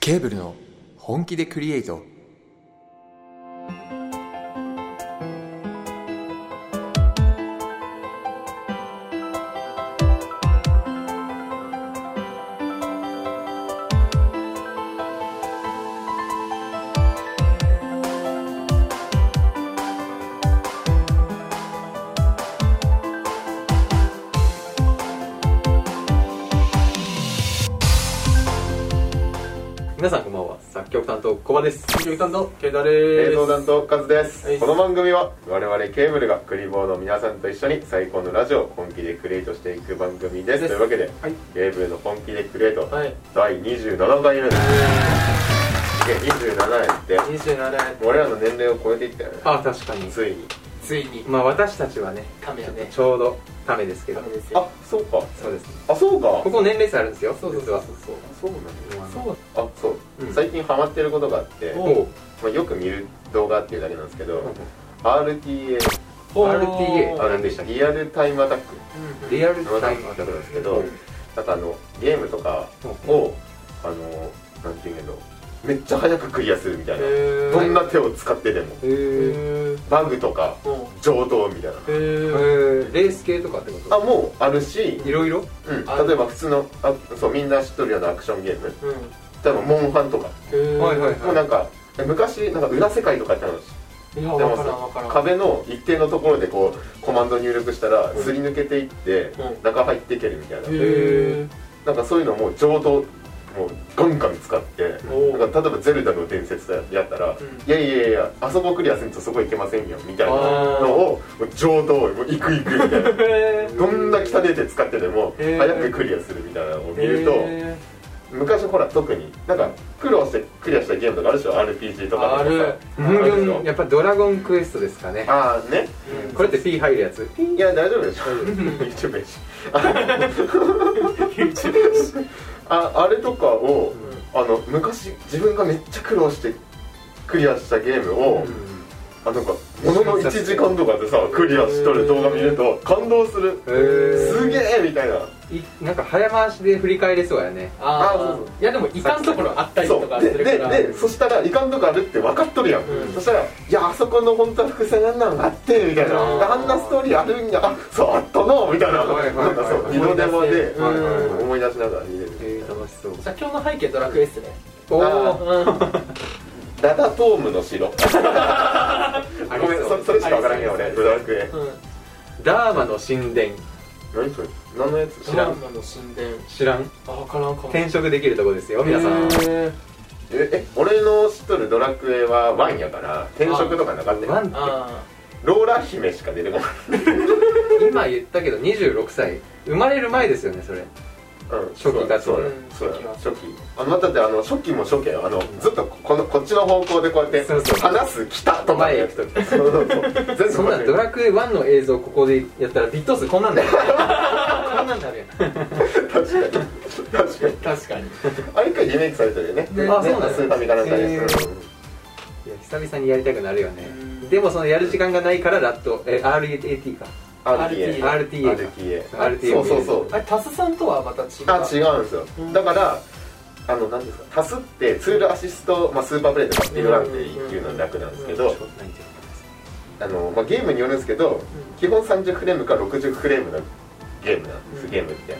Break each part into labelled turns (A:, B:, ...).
A: ケーブルの本気でクリエイト
B: 皆さんこんばんは作曲担当小バです作曲担当ケイタ
C: 映
B: で
C: 像担当カズです、
B: はい
C: この番組は我々ケーブルがクリボーの皆さんと一緒に最高のラジオを本気でクリエイトしていく番組です
B: です
C: というわけで、
B: はい
C: ケーブルの本気でクリエイト、
B: はい
C: 第27回目です、いや27年って
B: 27
C: 俺らの年齢を超えていったよね
B: あ確かに
C: ついに
D: ついに
B: まあ私たちはね
D: カメラね
B: ちょうどためですけど
D: ダメですよ
C: あそうか
B: そうです
C: あそうか
B: ここ年齢差あるんですよ
D: そうそう
B: 実
D: そう
B: は
D: そう
C: そうなんだ
B: そう
D: そう
C: あそう、
B: うん
C: 最近ハマってることがあって、
B: おお
C: まあ、よく見る動画っていうだけなんですけど、
B: ん
C: RTA
B: おー
C: RTA あのねリアルタイムアタック
D: うん
B: リアル
C: の
B: タ
C: タ
B: イ
C: イ
B: ム
C: ム
B: ア
C: ア
B: タ
C: タ
B: ックなで
C: ックなんんですす
B: け
C: け
B: ど
C: どなんかあのゲームとかをあのなんていうんやろめっちゃ早くクリアするみたいな
D: へ
C: どんな手を使ってでも
B: へえ
D: え
C: バグとか上等みたいな
D: へえ
B: レース系とかってこ
C: あ
B: と
C: もうあるし、
B: いろいろ
C: うん、例えば普通のあそうみんな知っとるようなアクションゲーム例えばモンハンとか
D: うん
B: はいはい
C: もうなんか昔なんか裏世界とかやってたの
D: いや
C: で
D: わ
C: も
D: からんわからん
C: 壁の一定のところでこうコマンド入力したらすり抜けていって
D: うん
C: 中入っていけるみたいな
D: へえ
C: なんかそういうのも上等もうガンガン使って
D: お
C: なんか例えば「ゼルダの伝説」やったら「いやいやいやあそこクリアせんとそこ行けませんよ」みたいなのをもう上等もう行く行くみたいなどんな汚い手使ってでも
D: へー
C: 早くクリアするみたいなのを見ると昔ほら特になんか苦労してクリアしたゲームとかあるでしょ RPG とか
D: あ
C: でもさ
D: る
B: うんうんやっぱドラゴンクエストですかね
C: ああね
B: これって P 入るやつ
C: いや大丈夫でしょ YouTube やしああれとかを、あの昔自分がめっちゃ苦労してクリアしたゲームを、あなんかものの1時間とかでさクリアしとる動画見ると感動する
B: へ
C: すげ
B: え
C: えみたいな
B: なんか早回しで振り返れそうやね
C: あ
D: ああ
C: ーそうそう
D: いやでもいかんところあったりと
C: そ
D: か
C: う
D: す
C: で
D: る
C: で
D: から
C: でそしたらいかんとこあるって分かっとるやん、
D: うん
C: そしたら「いやあそこの本当は伏線あんなんあって」みたいな
D: あ
C: 「
D: ー
C: あんなストーリーあるんやあそうあったの」みたいな
B: はいはいはい
C: なんかそう二度手間で
D: 思い出せるはいはい
B: はい
C: 思い出しながら見れる
B: えー楽しそう
D: じゃあ今日の背景ドラクエですね
B: お
C: あ
B: お
C: ダダトームの城
B: あり
C: ごめん
B: そ
C: そうそれしか分からんよ
D: あ
C: 俺
D: りそ
C: ド
D: う
C: ラクエ
D: うん
B: ダーマの神殿
C: 何それ何のやつ
B: 知らん
D: ドラマの神殿
B: 知らん
D: あわからんかも
B: 転職できるとこですよ皆さん
D: へ
C: ええ俺の知っとるドラクエはワンやから転職とかなかった
B: ワ
C: よ
B: ン
D: あ
C: ローラ姫しか出てこない
B: 今言ったけど26歳生まれる前ですよねそれ
C: うん
B: 初期だと
C: そうだ
D: うん
C: そうだ
D: 初
C: 初期あまたってあの初期も初期やよあのずっとこのこっちの方向でこうやって
B: そうそう
C: 話す来たとか
B: 前
C: で
B: 行くと
C: そうそうそう全部
B: そんなんドラクエ1の映像ここでやったらビット数こんなんだよこんなんだよ
C: 確かに確かに
D: ー確かに
C: あれ一回リメイクされてるよね
B: ねあそうなんだ
C: スーパーミカなんかで
B: へ
C: うん
B: ーいや久々にやりたくなるよね
D: うん
B: でもそのやる時間がないからラットえ RAT か RTA
C: RTA
B: か
C: RTA
B: あ RTA
C: そうそうそう
D: あれタスさんとはまた違う
C: あ違うんですよ
D: うん
C: だからあの何ですか足すってツールアシスト、まあ、スーパープレイとかっていうなんていうのは楽なんですけどあの、まあ、ゲームによるんですけど基本30フレームか60フレームのゲームなんです、
D: うん
C: ゲームって、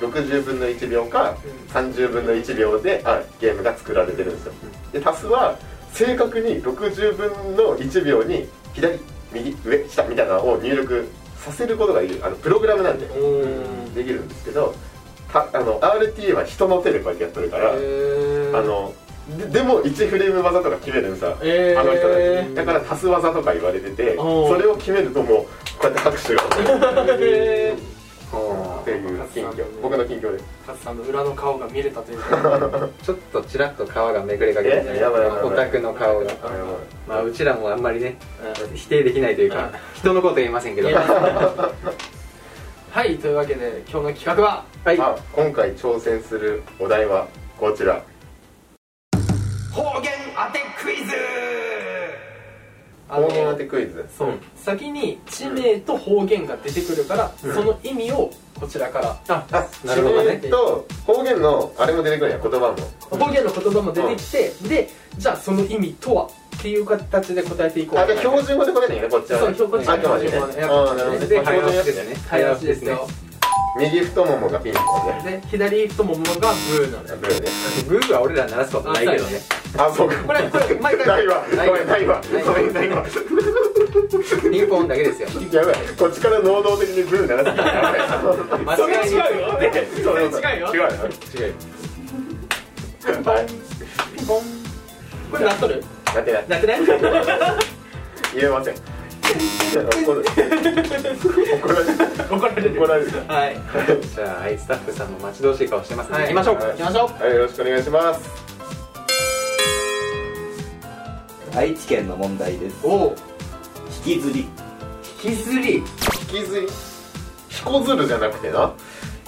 C: 60分の1秒か
D: うん
C: 30分の1秒であゲームが作られてるんですよで足すは正確に60分の1秒に左右上下みたいなのを入力させることができるあのプログラムなんで
D: うん
C: できるんですけどたあの RTA は人の手でこうやってやってるから、
D: へー
C: あのででも1フレーム技とか決めるんさ、
D: えー
C: あの人たちだから足す技とか言われてて
D: おー
C: それを決めるともうこうやって拍手が起こる
D: へ
C: っていう近
D: そうなんだね
C: 況僕の近況です
D: ーカズさんの裏の顔が見れたというか
B: ちょっとちらっと皮がめくれかけて
C: えやばいやばいやば
B: オ
C: い
B: タクの顔が
D: あやばい
B: まあうちらもあんまりね
D: うん
B: 否定できないというか人のこと言いませんけど
D: いやはいというわけで今日の企画は
B: はい
C: あ今回挑戦するお題はこちら
D: 方言当てクイズあ
C: 方言当
D: の
C: てクイズ
D: そう先に地名と方言が出てくるからその意味をこちらから
B: あ
C: あ
B: なるほどね
C: 地名と方言言のあれも出てくるんや言葉も
D: 方言の言葉も出てきて、でじゃあその意味とはっていう形で答えていこう
C: あじゃあ標準語で答えないよねこっちは
D: そう
C: ね
D: 標準語
C: あくまでね
D: 標準語ね
C: あーなるほど
D: で
C: ね標準やつ
B: ね
D: 早押しですよ
C: 右太ももがピンポンで
D: で左太ももがブーなのよ
C: ブーね
B: グーは俺ら鳴らすことないけどね
C: あそうか
D: これこれ毎回
C: ないわ
B: ない
C: ごめんないわ
B: ない
C: ごめんないわ
B: ピンポンだけですよ
C: やばいこっちから能動的にブー鳴らすやばい
B: 間違いに
D: 違うよね
C: そうそうそう
D: 違
C: 違
D: うよ
C: うよ
B: 違う
C: はい
D: これなっとる
C: なってない
D: なってない
C: 言えません怒る怒られる
D: 怒られる
C: 怒られる
D: はい行
B: じゃあはいスタッフさんも待ち遠しい顔してますね、
D: はい
B: 行きましょう
C: はい
D: きましょう
C: はいよろしくお願いします
E: 愛知県の問題です
D: おお
E: 引きずり
D: 引きずり
C: 引きずりひこずるじゃなくてな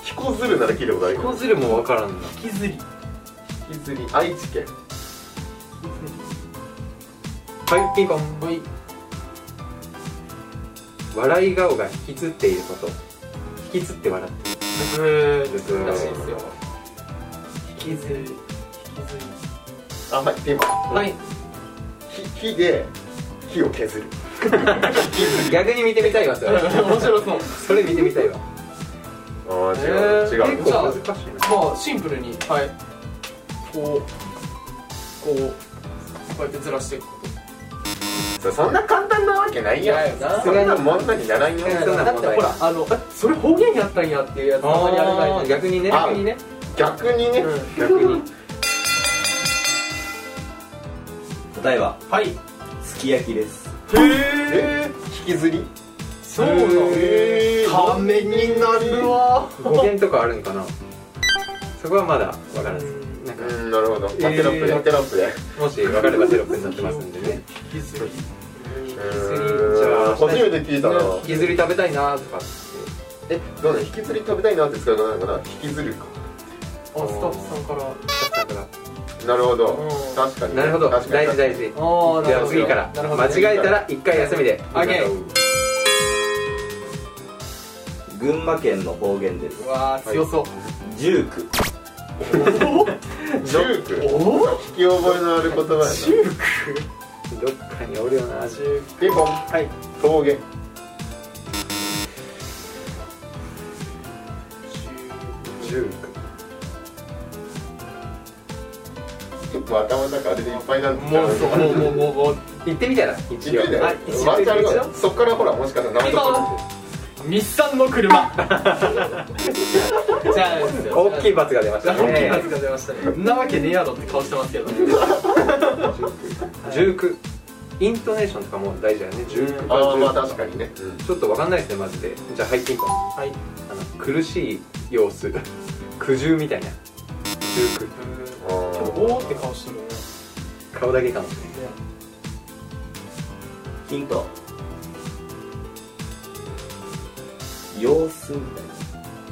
C: ひこずるなら聞いたことある
B: ひ
C: け
B: こ
C: ど
B: ずるもわからんな
D: 引きずり
C: 引きずり愛知県
B: はいピンポン
D: はい
B: 笑い顔が引きつっていること引きつって笑って
D: ブー
B: ること
D: らしいですよ引きずり引きずり
C: あはいピンポン
D: はい
C: 火火で火を削る
B: 逆に見てみたいわそれ
D: 面白そう
B: それ見てみたいわ
C: ああ
D: 違う違う
B: 結構難しいな
D: まあシンプルにはいこうこうこうやってずらしていくこと
C: そそんな簡単なわけないや
D: いや
C: ん
D: いや
C: そんなもんなにならんよ
B: えそうな
D: だ
B: ん
D: っ
B: 問
D: て
B: 題
D: ほらあのあそれ方言やったんやっていうやつたまにあるから
B: ー
D: ね
B: 逆にね
C: あ
B: 逆にね
C: 逆にね、
D: うん
C: 逆に
E: 答えは
D: はい
E: すき焼きです
C: え引きずり
D: そうなの
C: へー
D: ためになるわ
B: 語源とかあるんかなそこはまだわからないです
D: うん
B: なんか
C: うんなるほど
B: えー
C: テロップでテロップで
B: もし分かればテロップになってますんでね
D: 引きずり
B: 引きずりじゃ
C: う
B: あ
C: ん初めて聞いたな
B: 引きずり食べたいなとかって
C: えどうなの引きずり食べたいなって使うのなのかな引きずるか
D: あスタッフさんから
B: だから
C: なるほど
D: うん
C: 確かにね
B: なるほど
C: 確かに
B: 大事大事
D: あ
B: では次から
D: なるほど
B: 間違えたら一回休みで
D: オッケー
E: 群馬県の方言です
D: うわー強そう
E: ジューク
C: ジューク
D: おお
C: 聞き覚えのある言葉や
B: ど
C: な
B: っかにおるよな
C: ピンポン
B: はい
C: 峠
B: 10
C: もう頭の中あれでいっぱいなん
D: もうそうもうもうもうもう
B: 行ってみたら
C: 一
B: 一応
C: 応だよ
B: はい一応
C: ワンチャンあるか
B: 一
C: らそっからほらもしかしたら
D: ピンポン日産の車じゃあです
B: 応
D: よ
B: 大きい罰が出ました
D: 大きい
B: ね
D: やつが出ましたねんなわけねえやろって顔してますけどね
B: 19イントネーションとかも大事だよね19
C: ああまあ
B: 19
C: 確かにね
B: ちょっとわかんないですねマジでじゃあはいピンポン
D: はい
B: あの苦しい様子 苦渋みたいな19
D: ちょっとおーって顔してるね
B: 顔だけかもしれない
E: ヒント様子みたい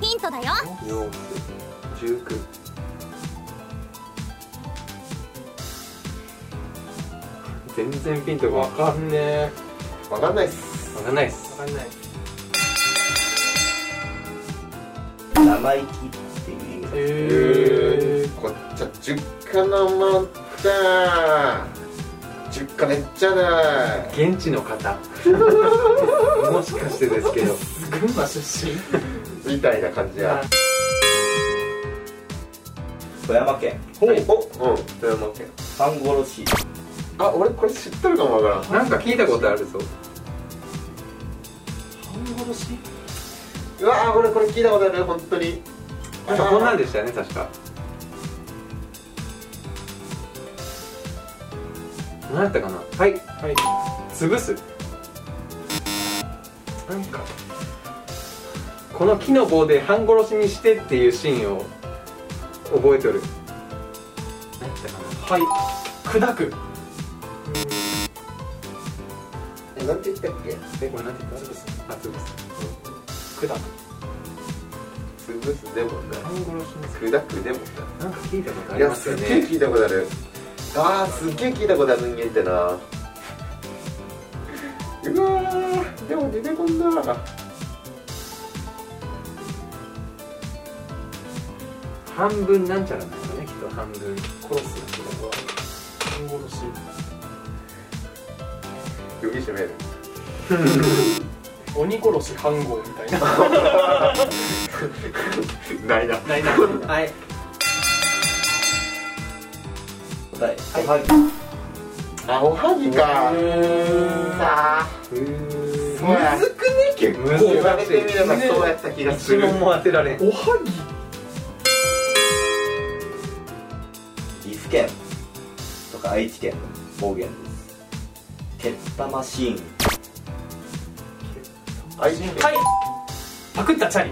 E: な
F: ヒントだよ
B: 様子19全然ピンとこ
D: わ
B: わ
D: かんねえ
C: わかんないっす
B: かんないっす
D: わかんない
E: 生意気っていう意味で
D: へえ
C: こっちは十かなまった十かねっちゃな
B: 現地の方 もしかしてですけど
D: 群馬出身
C: みたいな感じや
E: す富山県
C: おおうん
B: それも
E: 半殺し
C: あ俺これ知ってるかもわからん
B: なんか聞いたことあるぞ
D: 半殺し
C: うわー俺これ聞いたことある本当に
B: なんかこんなんでしたよね確か何やったかなはい
D: はい
B: 潰すなんかこの木の棒で半殺しにしてっていうシーンを覚えとる何やったか
D: はい砕く
C: えなんて言ったっけ
B: なえこれ何て言った潰すあ潰す
D: 砕く
C: 潰すでもな
B: 半殺しにす
C: 砕くでも
B: るなんか聞いたことあ
C: ない
B: り
C: や
B: ます
C: す
B: よ
C: っげ
B: ね
C: え聞いたことあるあーすっげえ聞いたことある人間ってなうわーでも出てこんな
B: 半分なんちゃらなんですよねきっと半分
D: 殺すってことは半殺し
C: 容疑者メール
D: 鬼殺し半号みたいな
C: ないな
D: ないな
B: はい
E: 答えおはぎ
C: あおはぎかさあそうや
B: むずくね結構
C: 言われてみればそうやった気がす
B: 一
C: る
B: 問も当てられん
D: おはぎ
E: 岐阜県とか愛知県の方言ですけったまシーン
C: 愛知県
D: はいパクったチャリ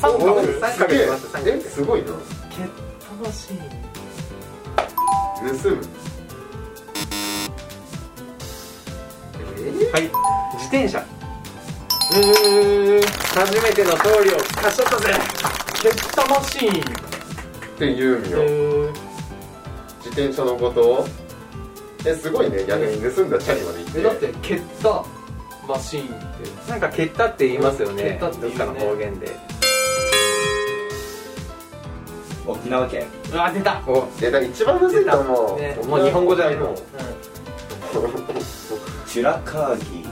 D: 三
C: お
D: 角
C: ー
B: 三
C: す
B: 角
C: げえ
B: 出ました三角
C: えすごいな
D: けったまシーン
C: 盗む
B: はい自転車初めての通りを勝ち取ったぜ
D: けったまシーン
C: って言うん
D: え
C: よ
D: ー
C: 自転車のことをえすごいね逆に盗んだチャリまで行って
D: えだってけったマシーンって
B: なんか蹴ったって言いますよね
D: 蹴ったって言うね
B: どっかの方言で
E: 沖縄県
D: うわ出た
B: おうん
C: えだから一番むずいと思う、
B: ねもう日本語じゃないもん
E: チュラカーギ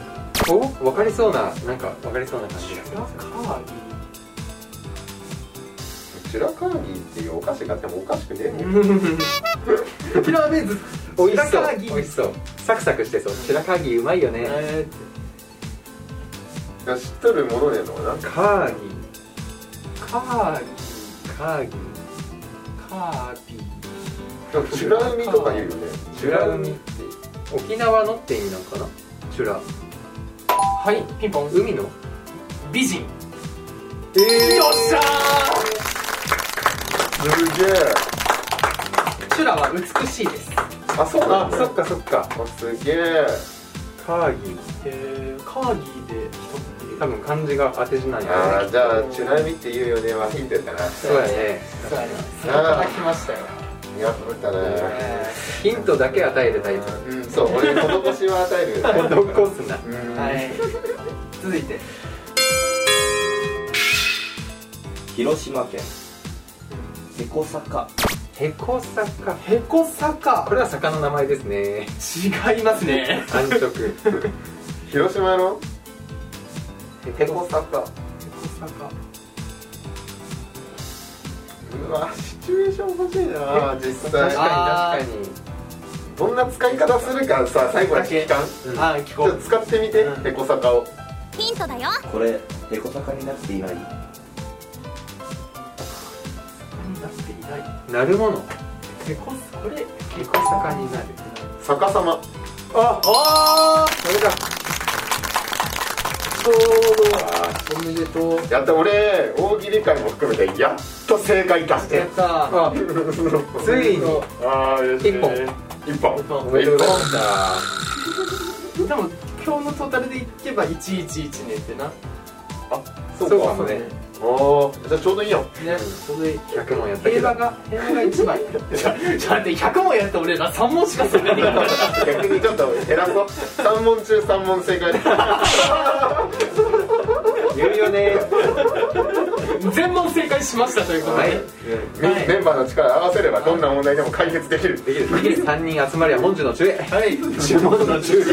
B: お分かりそうななんか分かりそうな感じが
D: カーギ
C: チュラカーギーっていうお菓子があってもおかしくねえもん
B: キラーベーズ美味しそ
D: 白
B: う
D: 川牛
B: 美味しそうサクサクしてそう白川牛うまいよね
D: え
C: いや知っとるものねえのかな
B: カーギ
D: ー、カーギ
B: カーギ
D: カービ
C: でもチュラ海とか言うよね
B: チュラ海って沖縄のって意味なのかなチュラ
D: はいピンポン
B: 海の
D: 美人よ
B: え
D: っしゃ
C: すげえ
D: ーチュラは美しいです
C: あそうな
B: あ
C: んだ、
B: そっかそっか
C: あすげえ
B: カーギ
D: えー、カーギーで人っていう
B: 多分漢字が当て字なんや
C: あーじゃあチュラ海って言うよねはヒントやったな
B: そうやね
D: そうやねそれから来ましたよ
C: やったね
B: ヒントだけ与えるタ イプ
C: うんそう俺施しは与える
B: 今度こすな
C: うん
D: はい続いて
E: 広島県手こ坂
B: へこさか
D: へこさ
B: こ
D: か
B: れは坂の名前ですね
D: 違いますね
B: 安直
C: 広島の
B: へこ
C: サカ
D: へこさか
C: うわシチュエーション欲しいな実際
B: 確か
D: あ
B: に確
C: どんな使い方するかさ最後に聞か
B: か
C: んち
B: に
D: あー聞こ
C: ょっと
D: う
C: 使ってみて
D: うん
C: ペコサカを
F: ヒントだよ
E: これ手こ坂になっていない
D: 何だっていない
B: うんなるもの
D: へこさこれ
B: へこさかになる
C: 逆さま
B: ああそれだ
C: ちょう
B: おめでとう
C: どやった俺大喜利会も含めてやっと正解出して
D: やったー
B: あついに
C: ああよし
B: 一本
C: 一本
D: 一本
B: おめでとうございました
D: でも今日のトータルでいけば111ねってな
C: そう
B: そうか
C: か
B: もね
C: おーじゃあちょうどいいよ
D: ねそれ
B: 100問やったけ
D: 平
B: ど
D: 和が平和が一番じゃあって100問やって俺ら3問しか正解できなかっ
C: 逆にちょっと減らそう3問中3問正解
B: 言うよね
D: た全問正解しましたということで、
B: はい
C: みメンバーの力を合わせればどんな問題でも解決できる
B: できる3人集まりは文殊の知恵はい呪文の知恵
D: も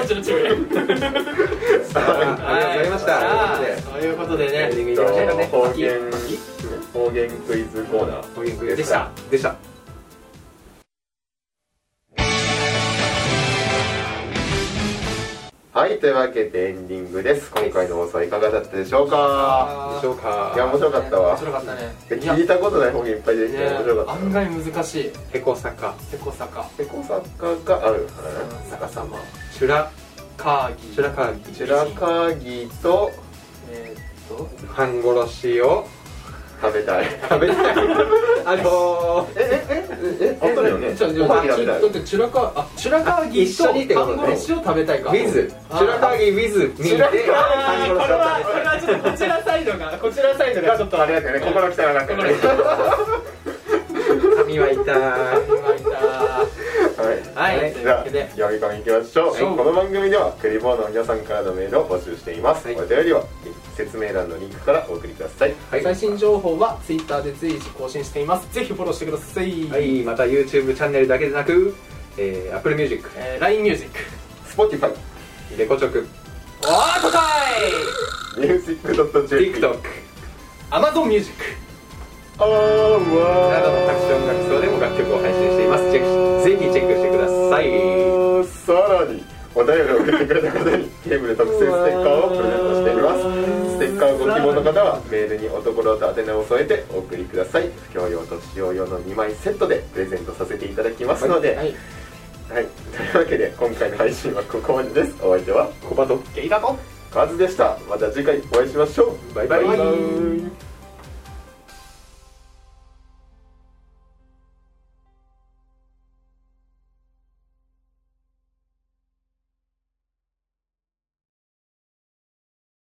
D: うちょっと注意
B: ありがとうございました
D: はい
B: ということ
D: ということで
B: エンディング
D: ね
B: いきましょうかね
C: 方言方言クイズコーナー
B: お元気
C: でした
B: でした
C: はいというわけでエンディングです今回の放送いかがだったでしょうか
B: でしょうか
C: いや面白かったわ
D: 面白かったね
C: で聞いたことない方言いっぱいできて面白かった
D: 案
C: な
D: 外難しい
B: へこさか
D: 手こさか
C: ペコサカがあるからね
D: 逆さま
B: シュラ
D: カーギー
B: シュラカーギ
C: チュラカギと
D: えーっと
B: 半殺しを
C: 食べたい
B: 食べたいあのー
C: え本当だよね
D: じゃあじゃあ
C: おはぎ食べたい
D: だってチュラカーあチュラカーギー
B: 一緒にってこ
D: と
B: とね
D: 半殺しを食べたいか
B: ウィズ
D: あー
B: シュラカーギウィズミーで半殺し
D: あーこれはこれはちょっとこちらサイドがこちらサイドがちょっと
C: あれだよね心汚かったね
B: 髪は痛い
D: 今いた
C: はい
D: は
B: はいという
C: じ
B: わ
C: ゃあ
B: けで
C: 読み込みいきましょう、
B: はい
C: この番組ではクリボーの皆さんからのメールを募集しています、
B: はい
C: お便りは説明欄のリンクからお送りください
B: はい
D: 最新情報は Twitter で随時更新していますぜひフォローしてください、
B: はいまた YouTube チャンネルだけでなく、えー、Apple Music
D: えー、LINE ミュージック
C: Spotify
B: レコチョク
D: おーこか
C: music.jp
B: TikTok
D: い Amazon ミュージック
C: あー
B: な
C: わ
B: どの各種音楽ストアでも楽曲を配信していますチェックぜひチェックしてください
C: さらにお便りを送ってくれた方にケーブル特製ステッカーをプレゼントしていますステッカーをご希望の方はメールにおところと宛名を添えてお送りください不況用と使用用の2枚セットでプレゼントさせていただきますのではい、
D: はい
C: というわけで今回の配信はここまでですお相手は
B: コバト
C: ゲイだとカズでしたまた次回お会いしましょうバイバイ
B: バイバ
C: イ